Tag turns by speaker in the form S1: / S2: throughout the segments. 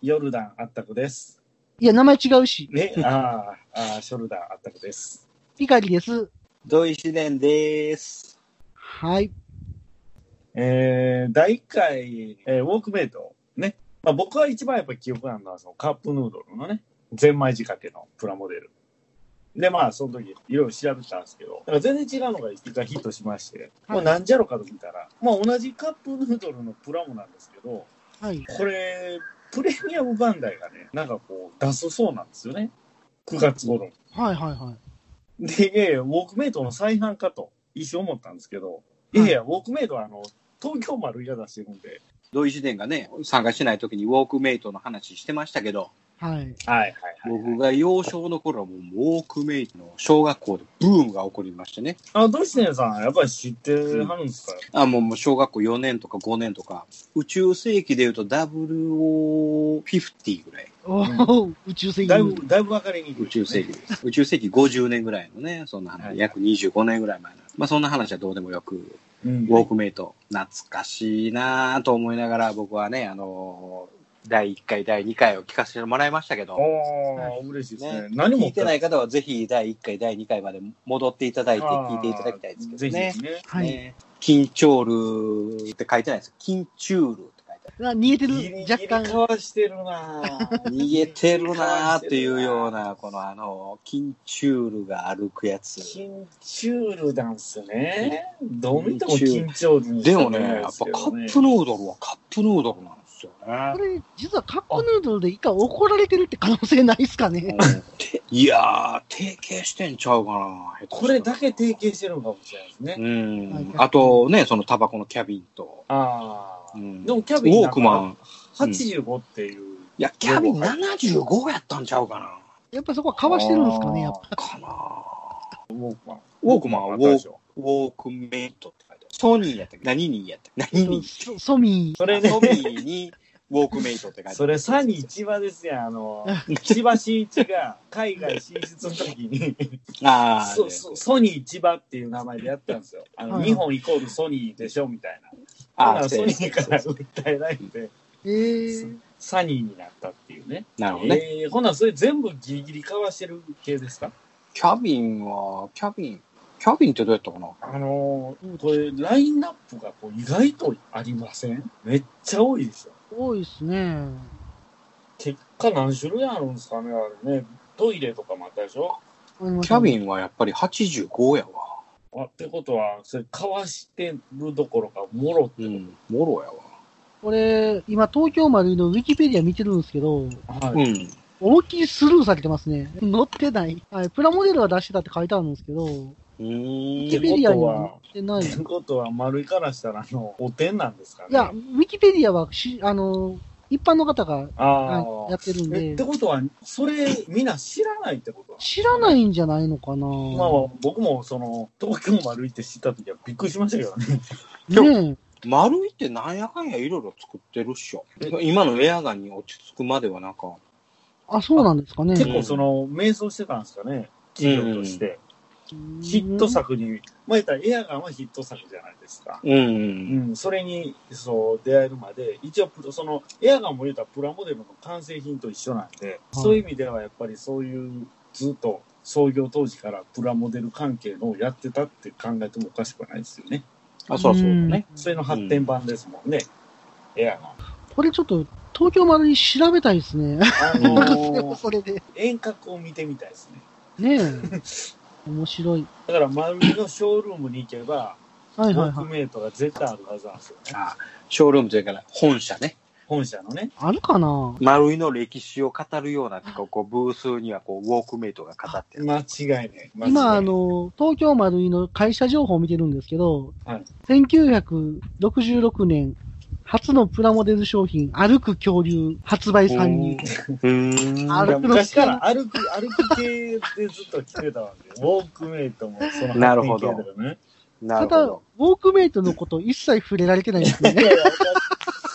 S1: ヨルダンあったくです。
S2: いや、名前違うし。
S1: ね、あーあー、ショルダンあったくです。
S2: ピカリです。
S3: 土井四年です。
S2: はい。
S1: えー、第1回、えーウォークメイト、ね。まあ、僕は一番やっぱ記憶あるのは、そのカップヌードルのね、ゼンマイ仕掛けのプラモデル。で、まあ、その時、いろいろ調べたんですけど、なんか全然違うのが一回ヒットしまして、もうなんじゃろかと見たら、まあ、同じカップヌードルのプラモなんですけど、
S2: はい。
S1: これ、プレミアムバンダイがね、なんかこう、出すそうなんですよね。9月頃。
S2: はいはいは
S1: で、いやいや、ウォークメイトの再販かと、一瞬思ったんですけど、いやいや、ウォークメイトはあの、東京丸いが出してるんで、
S3: 土井四年がね、参加しない時にウォークメイトの話してましたけど、
S2: い。はい。
S1: はいはいはい。
S3: 僕が幼少の頃はもうウォークメイトの小学校でブームが起こりましてね。
S1: あ、どうしてさん、やっぱり知ってはるんですか、
S3: あ、もうもう小学校4年とか5年とか、宇宙世紀で言うと WO50 ぐらい。
S2: おお、宇宙船
S1: だいぶ、だいぶ分かりにくい、
S3: 宇宙世紀。です。 宇宙世紀50年ぐらいのね、そんな話、
S1: はい
S3: 約25年ぐらい前の。まあそんな話はどうでもよく、
S1: うん
S3: ウ。ォークメイト、懐かしいなぁと思いながら、僕はね、あのー第1回、第2回を聞かせてもらいましたけど、
S1: ああ、嬉しいですね。何
S3: 聞
S1: も
S3: いてない方はぜひ第1回、第2回まで戻っていただいて、聞いていただきたいですけど
S1: ぜ
S3: ね。
S1: ひね。
S2: はい。
S3: ね緊張ルーって書いてないです。緊張ルーって書いて
S2: あ見えて
S1: ギリギ
S2: る
S1: リ
S2: 若干。
S1: かわしてるなぁ
S3: ある。逃げてるなーっていうような、このあの、緊張ルーが歩くやつ。
S1: 緊張ルダンスね。どう見ても緊張ル
S3: でもね、やっぱカップ
S1: の。
S3: ヌードルはカップヌードルなんですよね
S2: こ。れ、実はカップヌードルで一回怒られてるって可能性ないっすかね。
S3: て いやー、提携してんちゃうかな。
S1: これだけ提携してるのかもしれないですね。
S3: うん。あとね、そのタバコのキャビンと。
S1: ああ
S3: う。ん
S1: でもキャビンなん
S3: ウォー
S1: か
S3: クマン。
S1: 85っていう。
S3: いや、キャビン75やったんちゃうかな。
S2: やっぱそこはかわしてるんですかね、やっぱ。
S1: ぱ。
S3: かな
S1: ウォークマン。
S3: ウォークマンはウォ
S1: あっ
S3: ーク
S1: たでしょ
S3: ウォークメイトって書いてある。ソニーやったっけ何にやったっけ何に
S2: ソ ソミー。
S1: それね
S3: ソニーにウォークメイトって書いてある。
S1: それ、サニー千葉ですやん。あの、千葉真一が海外進出の時に、
S3: ああ、
S1: そそソニー千葉っていう名前でやったんですよ。あの、
S2: はい
S1: 日本イコールソニーでしょみたいな。
S3: あ
S1: あ
S3: あ、
S1: あ、ソ
S3: そう
S1: ニーから訴えられて、
S2: えー、
S1: サニーになったっていうね。
S3: なるほどね。
S1: えーほな、それ全部ギリギリかわしてる系ですか
S3: キャビンは、キャビン、キャビンってどうやったかな
S1: あのーこれ、ラインナップがこう意外とありませんめっちゃ多いですよ。
S2: 多いっすね。
S1: 結果何種類あるんですかねあれね。トイレとかもあったでしょ
S3: キャビ
S2: ン。
S3: ンはやっぱり85やわ。
S1: あってことは、それ、かわしてるどころか、もろ。
S3: うん。もろやわ。
S2: これ、今、東京丸のウィキペディア見てるんですけど、
S1: は
S3: う
S1: い。
S3: ん。
S2: 思いっきりスルーされてますね。載ってない。はい、プラモデルは出してたって書いてあるんですけど、ウ
S3: う
S2: ィ
S3: ー
S2: キ
S3: ん。
S2: ペディアには載ってない。
S1: ということは、丸いからしたら、あの、お点なんですかね
S2: いや、、ウィキペディアはし、あの、一般の方が
S1: あ
S2: はいや
S1: あ
S2: っ。てるん
S1: えって
S2: で、
S1: ことは、それ、みんな知らないってこと
S2: 知らないんじゃないのかな
S1: 今は、僕も、その、東京丸いって知った時はびっくりしましたけどね。
S2: ね
S3: 丸いってなんやかんやいろいろ作ってるっしょ。今のエアガンに落ち着くまではなんか、
S2: え。あ、そうなんですかね。
S1: 結構、その、迷走してたんですかね。企業として。ヒット作に、まあ言ったらエアガンはヒット作じゃないですか。
S3: う。
S1: うんん、それに、そう、出会えるまで、一応プロ、その、エアガンも言うたらプラモデルの完成品と一緒なんで、そういう意味ではやっぱりそういう、ずっと創業当時からプラモデル関係のをやってたって考えてもおかしくはないですよね。
S3: あ、そうそうだ
S2: ん
S3: ね。。
S1: それの発展版ですもんね、エアガン。
S2: これちょっと、東京丸に調べたいですね。
S1: あ
S2: でも
S1: のー
S2: それで。
S1: 遠隔を見てみたいですね。
S2: ねえ。面白い。
S1: だから、丸いのショールームに行けば、
S2: は
S1: ウ
S2: いは
S1: ォ
S2: い
S1: ー
S2: は
S1: ク
S2: い。
S1: メイトが絶対あるはずなんですよね。
S3: あショールームというから本社ね。
S1: 本社のね。
S2: あるかな
S3: 丸いの歴史を語るような、こう、こうブースにはこう、ウォークメイトが語ってる。
S1: 間違いない。間違いない
S2: 今、あ、の、東京丸井の会社情報を見てるんですけど、
S1: はい
S2: 1966年、初のプラモデル商品、歩く恐竜、発売参入。
S3: うん
S2: あ
S1: いや
S2: る
S1: 昔から歩く、歩く系でずっと来てたわけ。ウォークメイトも、その、
S3: なるほど
S1: 発展系だよ ね。
S3: な
S2: た
S3: るほ
S2: だ、ウ
S3: ど
S2: ォ。ークメイトのこと一切触れられ てないですね。
S1: いやいや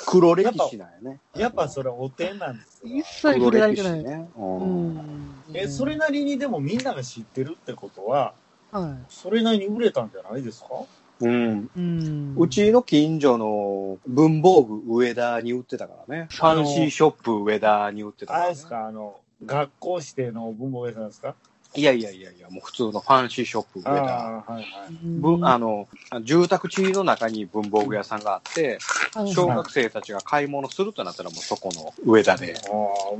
S3: 黒歴史なんやね。
S1: やっぱそれはお点なんですよ
S2: 一。切触れられてない。
S3: ね。
S2: う
S3: うん
S2: ん
S1: え、それなりにでもみんなが知ってるってことは、
S2: はい。
S1: それなりに売れたんじゃないですか
S3: うん。
S2: うん。
S3: うちの近所の文房具上田に売ってたからね。フ
S1: あ
S3: ァ
S1: の
S3: ンシーショップ上田に売ってたから、
S1: あ
S3: ね。
S1: れですか、あの、学校指定の文房具屋さんですか
S3: いやいやいやいや、もう普通のファンシーショップ上
S1: あ
S3: 田。
S1: あ、はいはい。
S3: ぶ
S2: うん
S3: あの住宅地の中に文房具屋さんがあって、
S2: あの
S3: 小学生たちが買い物するとなったら、もうそこの上田で。
S1: ああ、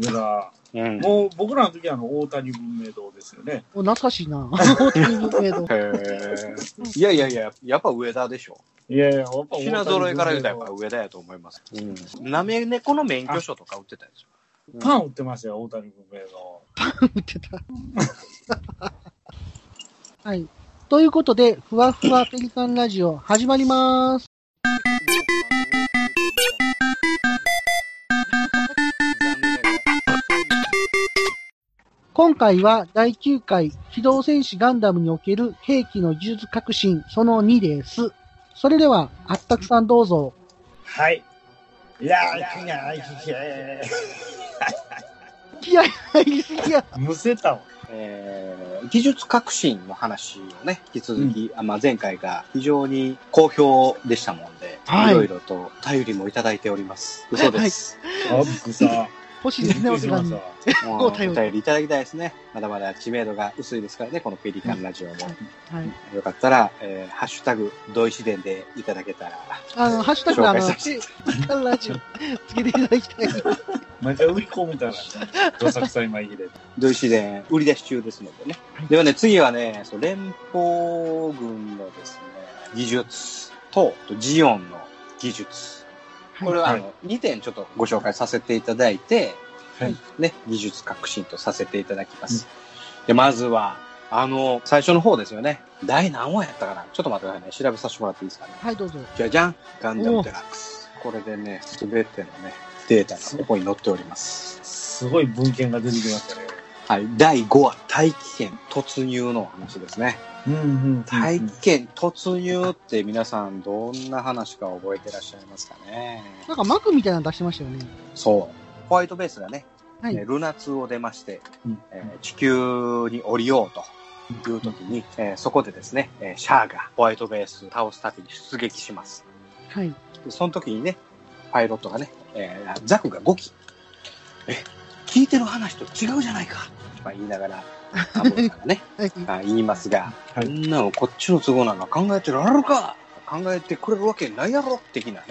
S1: 上田。
S3: うん
S1: もう僕らの時はあの、大谷文明堂ですよね。
S2: お懐かしいな。大谷文明堂
S3: へえ。 いやいやいや、やっぱ上田でしょ。
S1: いやいや、やっぱ大谷文明
S3: 品
S1: 堂
S3: 揃えから言うたらやっぱ上田やと思います。うん。なめ猫の免許証とか売ってたでしょ。
S1: パン売ってましたよ、大谷文明堂。
S2: 売ってた。はい。ということで、ふわふわペリカンラジオ始まります。今回は第9回機動戦士ガンダムにおける兵器の技術革新その2です。それでは、あったくさんどうぞ。
S1: はい。いやー、いやー、いや
S2: 気合い入りすぎや。
S1: ー。むせたわ。
S3: えー技術革新の話をね、引き続き、あまあ、前回が非常に好評でしたもんで、
S2: はい
S3: いろいろと頼りもいただいております。嘘です。
S1: あ、僕さ。
S2: 欲しいですね、お手紙。
S1: わ。
S3: もうお
S2: お便り
S3: 便りいただきたいですね。まだまだ知名度が薄いですからね、このペリカンラジオも。
S2: はい。
S3: よかったら、えーハッシュタグ、同一伝でいただけたら、
S2: あの、ハッシュタグあの、
S3: 紹介さ
S2: ペリカンラジオつけていただきたい。
S1: めっちゃ売り込みたいな。どさくさい紛れて。
S3: ドイツ伝売り出し中ですのでね。ではね、次はね、そう連邦軍のですね、技術と、あとジオンの技術。これは、
S1: は
S3: あ
S1: い
S3: の、2点ちょっとご紹介させていただいて、
S1: はい
S3: ね、技術革新とさせていただきます。で、まずは、あの、最初の方ですよね。第何話やったかなちょっと待ってくださいね。調べさせてもらっていいですかね。
S2: はい、どうぞ。
S3: じゃじゃんガンダムデラックス。これでね、すべてのね、データがここに載っております。
S1: すごい文献が出てきましたね。
S3: はい、第5話、大気圏突入のお話ですね。
S1: うんうん。
S3: 大気圏突入って皆さんどんな話か覚えてらっしゃいますかね
S2: なんか幕みたいなの出してましたよね。
S3: そう。ホワイトベースがね、
S2: はい。
S3: えールナ2を出まして、
S1: うん
S3: えー地球に降りようと。いう時に、えーそこでですね、えーシャアがホワイトベースを倒すたびに出撃します。
S2: はい。
S3: でその時にね、パイロットがね、えーザクが5機。え、聞いてる話と違うじゃないか。まあ言いながら、アポロさんがね、
S2: はい。
S3: あ言いますが、
S1: はい
S3: そんなのこっちの都合なんか考えてられるか考えてくれるわけないやろ的なね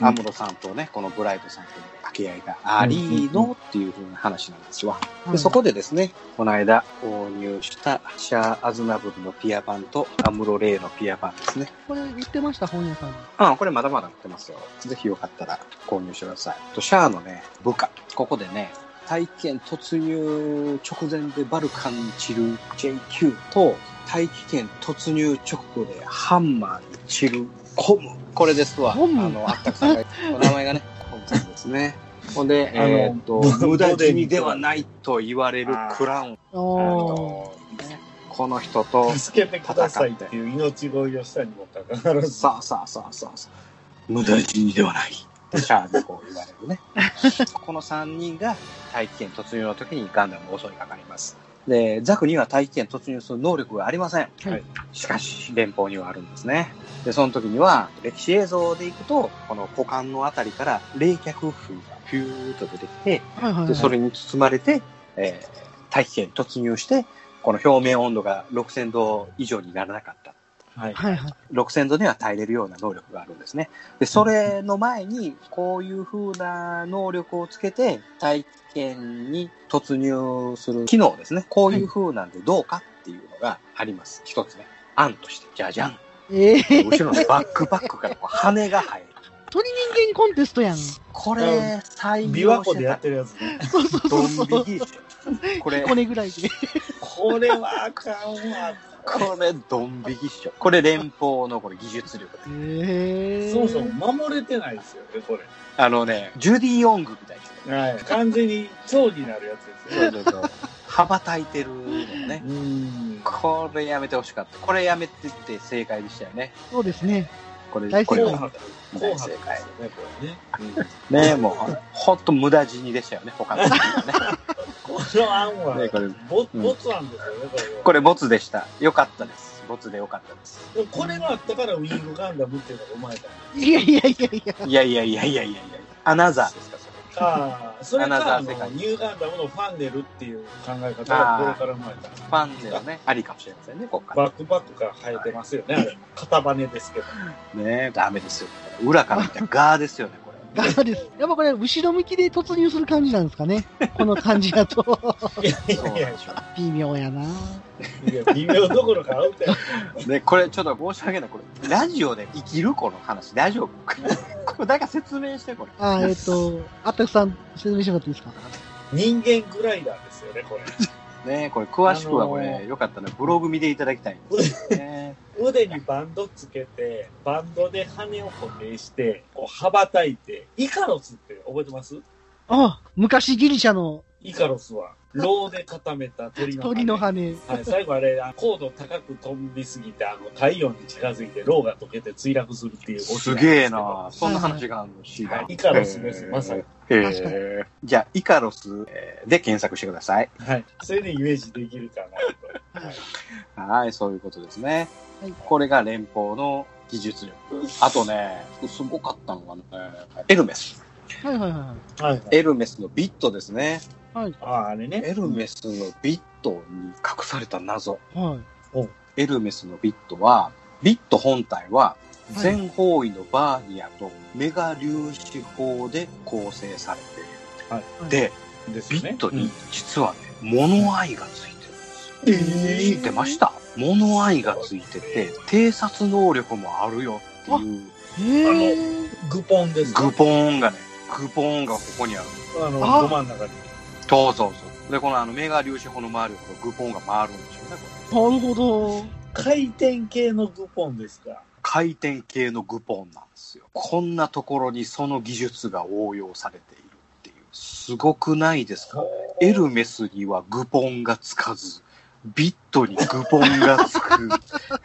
S1: うん
S3: アムロさんとねこのブライトさんとの掛け合いがありのっていう風な話なんですわ、
S2: はい
S3: でそこでですねこの間購入したシャア・アズナブルのピア版とアムロ・レイのピア版ですね
S2: これ言ってました、本屋さん。
S3: あこれまだまだ売ってますよぜひよかったら購入してくださいとシャアのね部下ここでね体験突入直前でバルカンに散る JQ と大気圏突入直後でハンマーに散るコムこれですわあ
S2: コム
S3: のあったくさんがお名前が ねコムさんですねほんで、
S1: あの
S3: えーっと、
S1: ボ
S3: 無駄死にではないと言われるクラウン。
S1: あ
S2: おー。
S1: の
S3: この人と、
S1: 助けてくださいっていう命乞いをしたにもかかわらず。
S3: さあさあさあさあさあ無駄死にではないシャアにこう言われるねこの3人が大気圏突入の時にガンダムを襲いかかりますでザクには大気圏突入する能力がありません
S1: はい
S3: しかし連邦にはあるんですねでその時には歴史映像でいくとこの股間のあたりから冷却風がピューッと出てきて
S2: はいはいは
S3: で
S2: い。
S3: それに包まれて、えー大気圏に突入してこの表面温度が6000度以上にならなかった
S1: はい。
S2: はいはい。
S3: 6000度には耐えれるような能力があるんですね。で、それの前に、こういう風な能力をつけて、体験に突入する機能ですね。こういう風なんでどうかっていうのがあります。一つね。案として、じゃじゃん。
S2: ええー、
S3: 後ろのバックパックからこう羽が生える。
S2: 鳥人間コンテストやん。
S3: これ、最
S1: 琵琶湖でやってるやつね。
S2: そうそう
S3: ド
S2: そ
S3: ン
S2: うそう。
S3: 引きでしょ。これ、
S2: これぐらいで。
S1: これはあかんわ。
S3: これ、ドン引きっしょ。これ、連邦のこれ技術力です。
S2: ええー。
S1: そもそも守れてないですよね、これ。
S3: あのね、ジュディ・オングみたいな。
S1: はい。完全に蝶になるやつです
S3: そ
S1: よ
S3: う
S1: ね。
S3: そうそう。 羽ばたいてるのね
S1: う。ん。
S3: これやめてほしかった。これやめてって正解でしたよね。
S2: そうですね。
S3: これ、
S2: 大
S3: こ
S2: 正
S3: れ
S2: 解
S1: 紅
S3: は
S1: 白。紅白ですよね、これね。うん
S3: ね、もう、ほんと無駄死にでしたよね、他の人は
S1: この案
S3: ね。ね
S1: は、
S3: これ、
S1: ボ
S3: うん
S1: ボツ案ですよね、これは。
S3: これ、ボツでした。よかったです。ボツでよかったです。
S1: でもこれがあったからウィングガンダムっていうのが生まれたんや
S2: いやいやいやいや。
S3: いやいやいやいやいやいやアナザーですか、それ。
S1: ああ、それ
S3: アナザ
S1: か、
S3: ー
S1: あの、
S3: 世界
S1: ニューガンダムのファンネルっていう考え方がこれから生まれたんです
S3: ファンではね、ありかもしれませんね、こっから。
S1: バックパックが生えてますよね、あれ。片羽ですけど。
S3: ねダメですよ。裏から見たらガーですよね、これ。
S2: ガーです。やっぱこれ、後ろ向きで突入する感じなんですかね。この感じだ と。
S1: いやい
S3: そうなん
S1: やいや
S3: でしょ
S2: 微妙やな。
S1: いや、微妙どころかアウトや
S3: う。で、これちょっと申し訳ない。これ、ラジオで生きるこの話、大丈夫これ、だから 説明して、これ。
S2: あー、えっ、と、あったくさん説明してもらっていいですか
S1: 人間グライダーですよね、これ。
S3: ねこれ、詳しくはこれ、
S1: あのー
S3: よかったらブログ見ていただきたいんです よね。
S1: 腕にバンドつけて、バンドで羽を固定して、こう羽ばたいて、イカロスって覚えてます
S2: ああ、昔ギリシャの
S1: イカロスは、ローで固めた鳥の羽。
S2: 鳥の羽。
S1: はい、最後あれ、あ高度高く飛びすぎて、あの、太陽に近づいて、ローが溶けて墜落するっていうオチ
S3: す
S1: なんです
S3: げえ
S1: けど
S3: なそんな話があるの、シーガ
S1: は
S3: ン
S1: いイカロスですまさに。
S3: へーじゃあ、イカロスえーで検索してください。
S1: はい。それでイメージできるかな
S3: はい、そういうことですね。
S2: はい
S3: これが連邦の技術力。あとね、すごかったのがね、エルメス。
S2: はいはいは
S1: と。はい、はい。
S3: エルメスのビットですね。
S2: い。はい。
S1: ああ、あれね。
S3: エルメスのビットに隠された謎。
S2: はい。
S3: エルメスのビットは、ビット本体は
S2: はい
S3: 全方位のバーニアとメガ粒子砲で構成されている。
S2: はい
S3: で、
S1: です
S3: ビ
S1: よね
S3: ット
S1: う
S3: に
S1: ん
S3: 実はね、物愛がついてるんですよ。
S1: え
S3: 知ってました物愛がついてて、偵察能力もあるよっていう、
S2: へえ。
S1: グポンですか
S3: グポーンがね、グポーンがここにある。
S1: あの、
S2: あ
S1: ど真ん中に。
S3: そうそうそう。で、このあの、メガ粒子砲の周りをこのグポーンが回るんでしょうね、これ。
S2: なるほど。
S1: 回転系のグポンですか
S3: 回転系のグポーンなんですよ。こんなところにその技術が応用されているっていう。すごくないですかエルメスにはグポーンがつかず、ビットにグポーンがつく。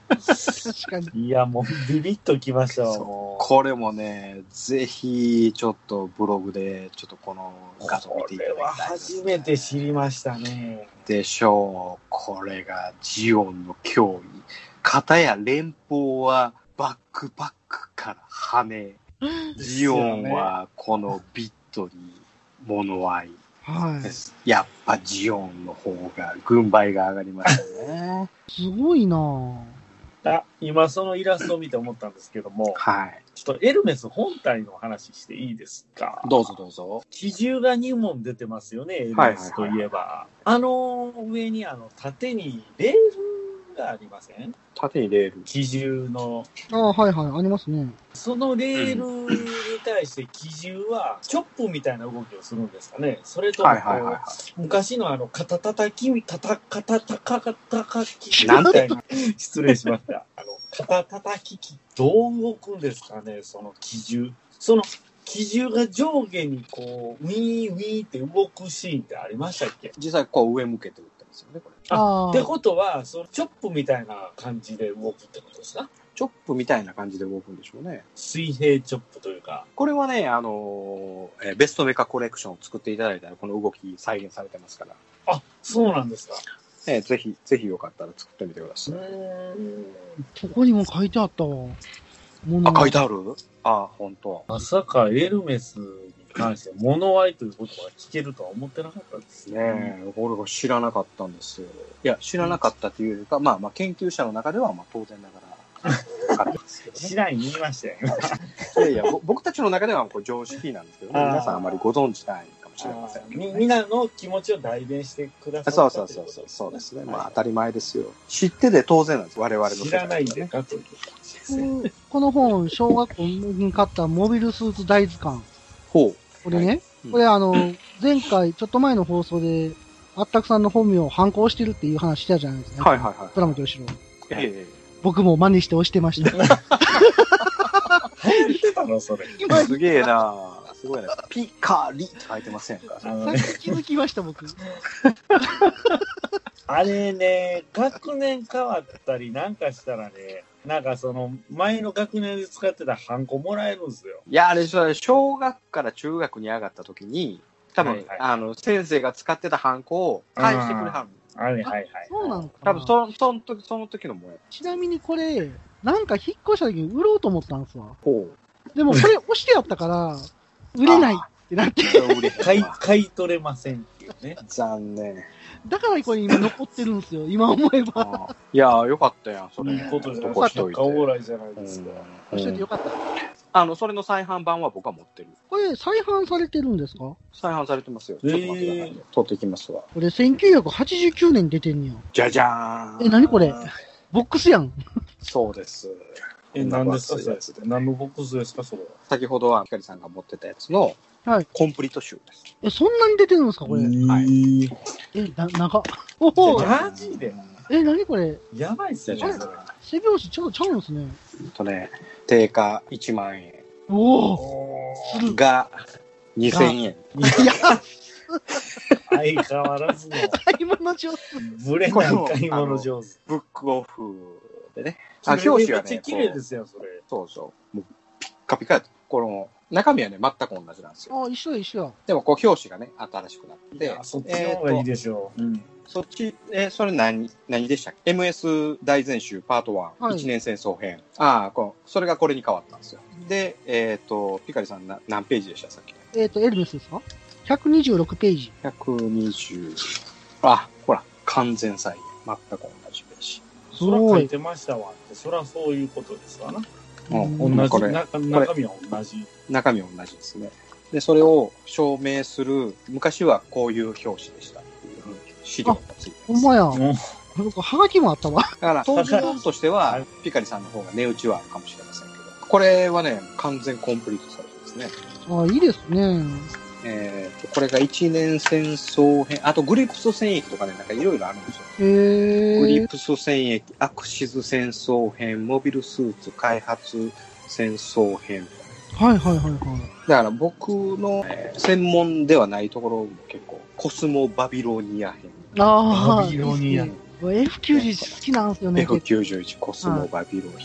S2: 確かに。
S1: いや、もうビビッときましたわ
S3: そう
S1: もう
S3: これもね、ぜひ、ちょっとブログで、ちょっとこの画像見てい
S1: こ
S3: ただ
S1: れ
S3: きた
S1: はい
S3: です
S1: 初めて知りましたね。
S3: でしょう。これがジオンの脅威。片や連邦はバックパックから羽。ジオンはこのビットに物合い
S2: は
S3: です。やっぱジオンの方が軍配が上がりま したね。
S2: い。すごいなぁ。
S1: あ、今そのイラストを見て思ったんですけども、
S3: はい。
S1: ちょっとエルメス本体の話していいですか
S3: どうぞどうぞ。
S1: 機銃が2問出てますよね、エルメスといえば。あの上にあの縦にレールがありません
S3: 縦にレール。
S1: 機銃の。
S2: ああ、はいはい。ありますね。
S1: そのレールに対して機銃はチョップみたいな動きをするんですかねそれとも
S3: はい
S1: こ
S3: はいはいは
S1: う昔のあの、肩たたき、肩たたたかかたかき、
S3: なんて
S1: いな。失礼しました。あの、肩たたき機、どう動くんですかね、その機銃。その機銃が上下にこう、ウィーンウィーンって動くシーンってありましたっけ
S3: い。実際こう上向けて打ってますよね、これ。
S2: ああ。
S1: ってことは、そのチョップみたいな感じで動くってことですか
S3: チョップみたいな感じで動くんでしょうね。
S1: 水平チョップというか。
S3: これはね、あのーえーベストメカコレクションを作っていただいたら、この動き再現されてますから、
S1: あ、そうなんですか。
S3: えーぜひ、ぜひよかったら作ってみてくだ
S1: う
S3: さい。
S1: ーん。
S2: ここにも書いてあったわ。物
S3: あ、書いてあるあ、本当。
S1: まさかエルメスに関して物合いということは聞けるとは思ってなかったです
S3: ねえ、俺が知らなかったんですよ。いや、知らなかったというよりか、まあまあ、研究者の中では、まあ当然ながら、分 かってますけどね
S1: 市内に言いましたよ、ね。
S3: いやいや、ぼ僕たちの中ではこう常識なんですけどね、
S1: あー
S3: 皆さんあまりご存知ないかもしれませんけどね、
S1: みみんなの気持ちを代弁してくださった
S3: そうそうそうそう、そうですね。まあ当たり前ですよ。知ってて当然なんです、我々の世
S1: 知
S3: 界
S1: ら
S3: は
S1: ないでかという感じですね。
S2: ここの本、小学校に買ったモビルスーツ大図鑑。
S3: ほう。
S2: これね、
S3: はうん
S2: これあの、前回、ちょっと前の放送で、あったくさんの本名を反抗してるっていう話したじゃないですか。
S3: はいはいはい。
S2: ドラマと後ろ。
S3: ええ
S2: 僕も真似して押してました。
S1: 入ってたのそれ。
S2: 今、さ
S3: すげえなすごいな。ピカリって書いてませんか
S1: あの
S2: っ
S1: ね、
S2: き気づきました、僕。
S1: あれね、学年変わったりなんかしたらね、なんかその前の学年で使ってたハンコもらえるんですよ。
S3: いや、あれ、それ小学から中学に上がった時に、多分、
S1: はいはい
S3: あの、先生が使ってたハンコを返してくれはるん
S1: はいはいはい。
S2: そうなのかな
S3: 多分その、その時、その時のもや。
S2: ちなみにこれ、なんか引っ越した時に売ろうと思ったんですわ。
S3: ほう。
S2: でもこれ押してやったから、売れないってなって、
S1: 買い、買い取れませんっていうね。
S3: 残念。
S2: だからこれ今残ってるんですよ、今思えば。
S3: あーいやー、よかったやん、それ。
S1: いいことじゃない
S3: 残
S1: で
S3: し
S1: すか。
S3: といて
S1: 高オーライじゃないですか。
S3: う
S2: 押してて
S3: ん
S2: よかった。
S3: あの、それの再販版は僕は持ってる。
S2: これ再販されてるんですかこ
S3: 再販されてますよ。
S1: え
S3: ちょ
S1: ー
S3: っと待ってくださいね。取ってきますわ。
S2: れ1989年出てんねや。
S3: じゃじゃーん。
S2: え何これボックスやん。
S3: そうです。
S1: え、何ですか
S3: こん
S1: それ
S3: な分厚いやつで。
S1: 何のボックスですかそれは。
S3: 先ほどは、ひかりさんが持ってたやつの、
S2: はい。
S3: コンプリート集です。
S2: え、そんなに出てるんですかこれ。
S1: い。
S2: え、な、長っ。おお
S1: えマジで
S2: え、何これ
S1: やばいっす
S3: じゃ
S1: ね。
S3: じゃ
S1: そ
S3: ーん。
S1: れ
S2: 背拍子ちょっとちゃうんですね。
S3: えっとね、定価1万円
S2: おお
S1: おー
S3: が2000円。
S2: いや、
S1: 相変わら ずの、
S2: 買い物上手。
S1: ブレない買い物上手。
S3: ブックオフでね。あ、表紙
S1: め
S3: は
S1: っち
S3: ね
S1: ゃ、綺麗
S3: こ
S1: で
S3: う
S1: すよ、それ。
S3: そうそう。もうピッカピカやったこの、中身はね、全く同じなんですよ。
S2: あ、一緒や一緒や。
S3: でも、こう、表紙がね、新しくなって。
S1: いや、そっちの方がいいでしょう。うん。
S3: そっち、えーそれ何、何でしたっけ ?MS 大全集パート1、
S2: はい
S3: 一年戦争編。ああ、こうそれがこれに変わったんですよ。で、えっ、と、ピカリさんな何ページでしたさっき。
S2: えっ、と、エルメスですか ?126 ページ。
S3: 120。あ、ほら、完全再現。全く同じページ。
S2: す
S1: そら書
S2: ご
S1: い
S2: い。
S1: てましたわって。そらそういうことですわな。
S3: うん
S1: 同じ、
S3: これ
S1: 中中身は同じ。
S3: 中身は同じですね。で、それを証明する、昔はこういう表紙でしたっていう資料がついて
S2: ほん
S3: ます。だ
S2: まや。
S1: うん
S2: なんか、はがきもあったわ。
S3: から、当時論として
S1: は、
S3: はいピカリさんの方が値打ちはあるかもしれませんけど、これはね、完全コンプリートされてますね。
S2: あ、いいですね。
S3: えーと、これが一年戦争編、あとグリプス戦役とかね、なんかいろいろあるんですよ。
S2: へ
S3: グリ
S2: え。
S3: プス戦役、アクシズ戦争編、モビルスーツ開発戦争編。
S2: はいはいはいはい。
S3: だから僕のえー専門ではないところも結構、コスモバビロニア編。
S2: ああ、
S1: バビロニア
S2: いいですね。F91 好きなんですよね。
S3: F91 コスモバビロニ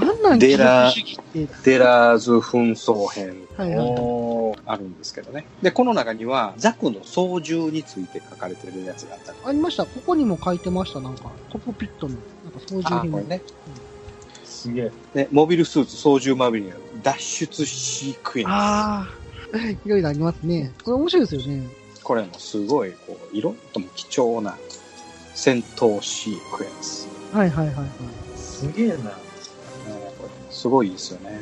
S3: ア。
S2: なんなん貴
S3: デラ
S2: 族主義って。
S3: デラーズ紛争編
S2: はいはいはい。
S1: おー
S3: あるんですけどね。で、この中には、ザクの操縦について書かれてるやつがあったり
S2: ありました。ここにも書いてました。なんか、コックピットの、なんか操
S3: あ
S2: 縦
S3: ー、これ
S2: 編。
S3: ね。
S1: すげえ。
S3: ね、モビルスーツ操縦マビリア脱出飼育員。
S2: ああ、 いろいろありますね。これ面白いですよね。
S3: これもすごい、こう、いろんとも貴重な戦闘飼育員です。
S2: はいはいはいはい。
S1: すげえな。
S3: ねこれすごいですよね。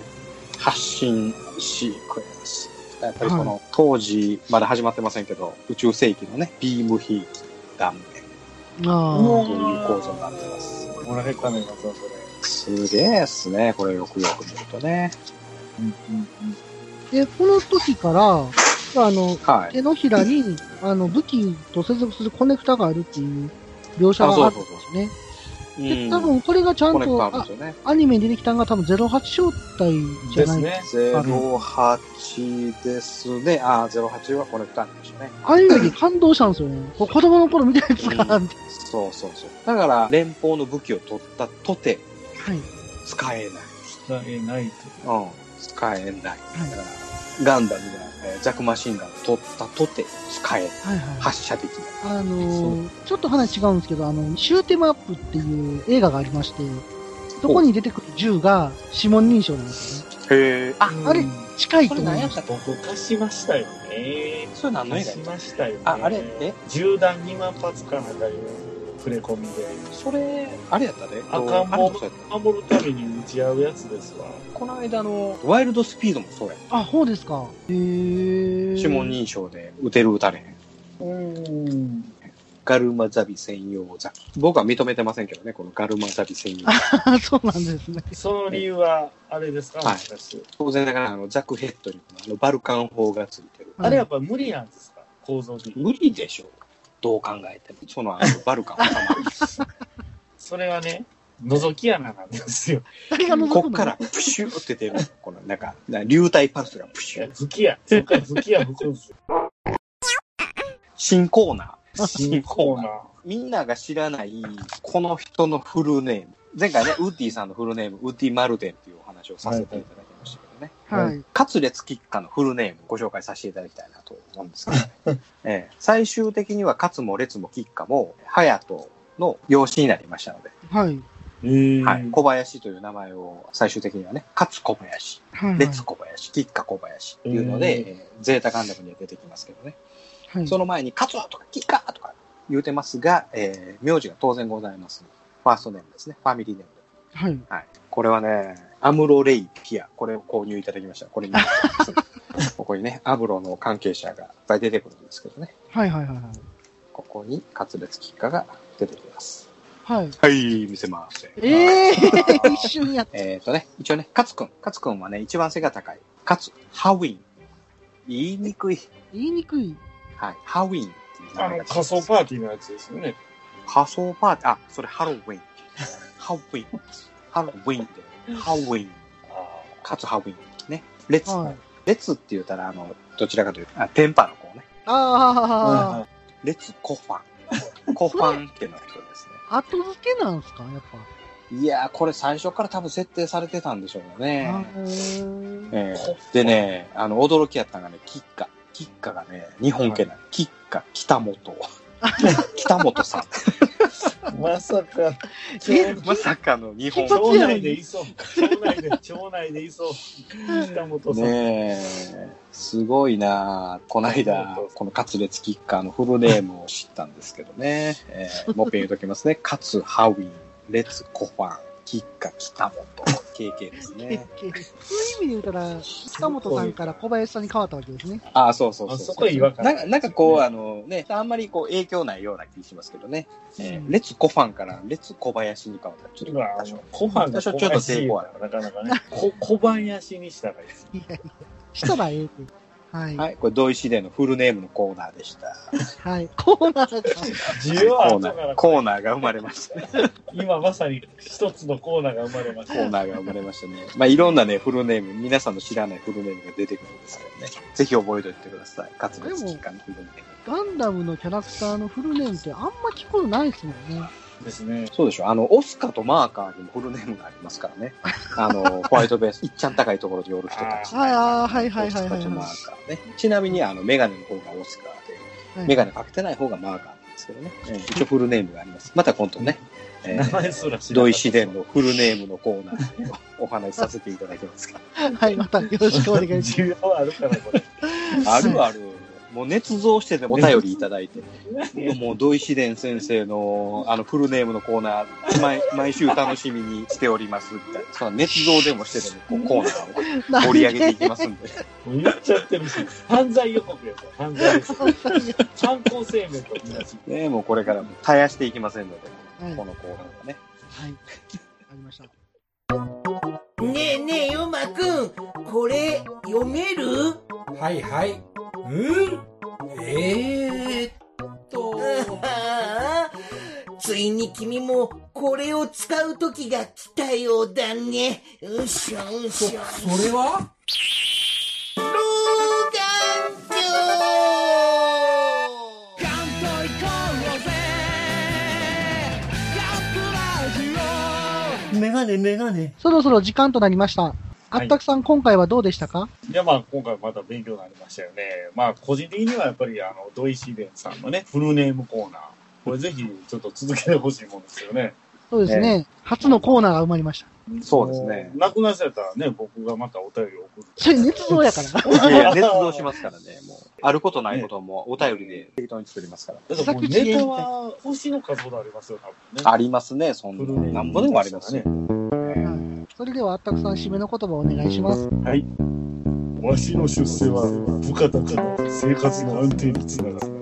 S3: 発信飼育員です。やっぱりその、当時、まだ始まってませんけど、宇宙世紀のね、ビームヒート断
S1: う
S3: 面
S2: あ
S1: わ
S3: という構造になってます。
S1: もらえたね、またそれ。
S3: すげえっすね、これよくよく見るとね。
S1: うんうん
S2: あ。で、この時から、あの、
S3: はい。
S2: 手のひらに、あの、武器と接続するコネクタがあるっていう描写があるんですね。
S3: う
S2: で、
S3: ん
S2: 多分これがちゃん
S3: コネク
S2: と、
S3: タあるんで
S2: あ
S3: すよね。
S2: アニメに出てきたのが多分08正体
S1: うん。
S2: じ
S1: で
S2: ゃな
S1: す
S2: い。
S1: ね。
S3: 08ですね。あー、08はコネクタなんでしょうね。
S2: アニメで感動したんですよね。こう子供の頃見たやつが、
S3: う
S2: はい。
S3: そうそうそう。だから、連邦の武器を取ったとて、使えない。
S1: 使えないと。
S3: うん、使えない。だから、ガンダムが、えーザクマシンガンを取ったとて、使えない。
S2: はいはい。
S3: 発射できない。
S2: あのーちょっと話違うんですけど、あの、シューテマップっていう映画がありまして、そこに出てくる銃が指紋認証なんですね。
S3: へえ。あ、
S2: あれ近いと
S3: そ
S2: 思
S3: れ
S2: い
S3: 何や
S2: ま
S3: っ
S2: す。
S3: たっけ
S1: 僕貸しましたよね。
S3: それ何の映
S1: 貸
S3: 画
S1: し
S3: や
S1: ましたよね。
S3: あ、あれ、え、
S1: 銃弾2万発かなんかいう触れ込みで。
S3: それ、あれやったで。
S1: 赤ん坊
S3: あれもそうやっ
S1: 守るために打ち合うやつですわ。
S3: たこの間の、ワイルドスピードもそうや。
S2: あ、そうですか。へー。
S3: 指紋認証で撃てる撃たれへん。
S1: うん。
S3: ガルマザビ専用ザク。僕は認めてませんけどね、このガルマザビ専用。
S2: あ そうなんですね。
S1: その理由は、あれですか、
S3: はい
S1: もしかして
S3: 当然ながら、あの、ザクヘッドに、あの、バルカン砲がついてる。
S1: あれやっぱ無理なんですか構造的に。
S3: 無理でしょう。どう考えても。その、あの、バルカン はま
S1: それはね、覗き穴なんですよ。
S2: 誰が覗くの
S3: こっから、プシューって出る。この、なんか、な流体パルスがプシュー。
S1: 吹き矢。そっから吹き矢吹くんです よ。
S3: 新コーナー。
S1: 新コーナー。
S3: みんなが知らない、この人のフルネーム。前回ね、ウッディさんのフルネーム、ウッディ・マルデンっていうお話をさせていただきましたけどね。
S2: は
S3: う
S2: い
S3: ん。勝列吉家のフルネームご紹介させていただきたいなと思うんですけ ど、ねええ最終的には勝も列も吉家も隼人の養子になりましたので、
S2: はい。
S1: えー
S3: はい、小林という名前を最終的にはね、勝小林、
S2: はい。
S3: 列小林、吉家小林っていうので、
S1: うん
S3: ええゼータガンダムには出てきますけどね。
S2: はい。
S3: その前に、カツワとかキッカーとか言うてますが、えー、名字が当然ございます。ファーストネームですね。ファミリーネームで。
S2: はい。
S3: はい。これはね、アムロレイピア。これを購入いただきました。これに。 ここにね、アムロの関係者がいっぱい出てくるんですけどね。
S2: はい。はい。はい。
S3: ここに、カツレツキッカが出てきます。
S2: はい。
S3: はい、見せます。
S2: ええ
S3: ー
S2: 一瞬やっ
S3: えっとね、一応ね、カツくん。カツくんはね、一番背が高い。カツ、ハウィン。言いにくい。
S2: 言いにくい。
S3: はい。ハウィンっていう名
S1: あ
S3: 前
S1: の
S3: がついて
S1: 仮
S3: ます
S1: 想パーティーのやつですよね。
S3: 仮想パーティー、あ、それハロウィン。ハロウィン。ハロウィンで。ハロウィン。
S1: あ
S3: かつハロウィン。ね。レッツ。
S2: はい
S3: レッツって言ったら、あの、どちらかというと、あテンパの子ね。
S2: あ
S1: あ
S3: レッツコファン。コファンってなってるんです
S2: あ、後付けなんすかやっぱ。
S3: ね。いやー、これ最初から多分設定されてたんでしょうね。
S2: あー
S3: えーでね、あの、驚きやったのがね、キッカ。キッカがね、日本家なの。キッカ、北本。北本 さん。
S1: まさか。
S2: え
S1: 町
S3: まさかの日本
S2: 金髪やのに
S1: 内でいそう。町内で、町内でいそう。北本さん。
S3: ねえ、すごいなあこの間、このカツレツキッカーのフルネームを知ったんですけどね。えー、もっぺん言うときますね。 カツ、ハウィン、レツ、コファン、キッカ、北本、KK です
S2: え
S3: ね。
S2: そういう意味で言ったら、塚本さんから小林さんに変わったわけですね。
S3: ああ、そうそうそう
S1: あそこは違和感
S3: なんか、なんかこう、あのね、あんまりこう影響ないような気しますけどね。えーレツ、コファンからレツ、小林に変わった。ちょっと
S1: 今、あ
S3: 多少
S1: の、小判が
S3: 多少
S1: 小
S3: ちょっと
S1: 林
S3: 抵抗ある。
S1: なかなかね。 こ小林にしたらいいです。
S2: いやいやしたらええって。はい。
S3: はい、これ、同意市でのフルネームのコーナーでした。
S2: はい。コーナーが。
S1: 需要は
S3: コー
S1: 後
S3: ナ
S1: か
S3: ー、
S1: ら。
S3: コーナーが生まれました。
S1: 今まさに一つのコーナーが生まれまし
S3: コ
S1: た
S3: ー。ナーが生まれましたね。 まあ、いろんなね、フルネーム、皆さんの知らないフルネームが出てくるんですけどね。ぜひ覚えておいてください。かつの月間のフルネーム。
S2: ガンダムのキャラクターのフルネームってあんま聞くことないですもんね。
S1: ですね。
S3: そうでしょあの、オスカとマーカーにもフルネームがあります からね。あの、ホワイトベース、いっちゃん高いところで寄る人たち。
S2: はい、ああ、はいはいは
S3: オス
S2: いは
S3: カ
S2: い
S3: とマ
S2: は
S3: ーカーね。ちなみに、あの、メガネの方がオスカ
S2: い。
S3: ーで、メガネかけてない方がマーカーなんですけどね。うん一応フルネームがあります。また今度ね。 え
S1: 名前すら知らなかった
S3: ドイシ デンのフルネームのコーナーをお話しさせていただきますから。
S2: はい、またよろしくお願いし
S1: 需要はあるから、これ。
S2: ます。
S3: あるある。もう捏造してでもお便りいただいて。もう土井紫伝先生のあのフルネームのコーナー、毎毎週楽しみにしておりますみたいな。その捏造でもしてでもこうコーナーを
S2: 盛
S3: 盛り上げていきます んで。
S1: もう言っちゃってるし。犯罪予告やぞ。犯罪予告。犯行声明と同じ。
S3: ねえもうこれからも絶やしていきませんので、
S2: はい、
S3: こ
S2: はい。
S3: のコーナーはね。
S2: ありました。
S4: ねえねえ、ヨマくん、これ、読める
S5: はいはい。うんえー、っと。
S4: ああ ついに君も、これを使う時が来たようだね。うしょう
S5: そ、そ
S4: しょ。
S5: れは
S4: 老眼鏡メガネメガネ。
S2: そろそろ時間となりました。あったくさん、今回はどうでしたか
S1: いや、まあ、今回また勉強になりましたよね。まあ、個人的にはやっぱり、あの、土井紫伝さんのね、フルネームコーナー。これぜひ、ちょっと続けてほしいもんですよね。
S2: そうですね。初のコーナーが埋まりました。
S3: そうですね
S1: もうなくなっちゃったらね、僕がまたお便りを送る。
S2: それ、捏造や から。
S3: いやいや、捏造しますからね。もう、あることないこともお便りで適当に作りますから。
S1: だからもうネタは星の数ほどありますよ、多分ね。
S3: ありますね、そん
S1: フルネーム
S3: な。なんぼでもありますね。
S2: それでは、あったくさん、締めの言葉をお願いします。
S1: わしの出世は、部下だから生活の安定につながる。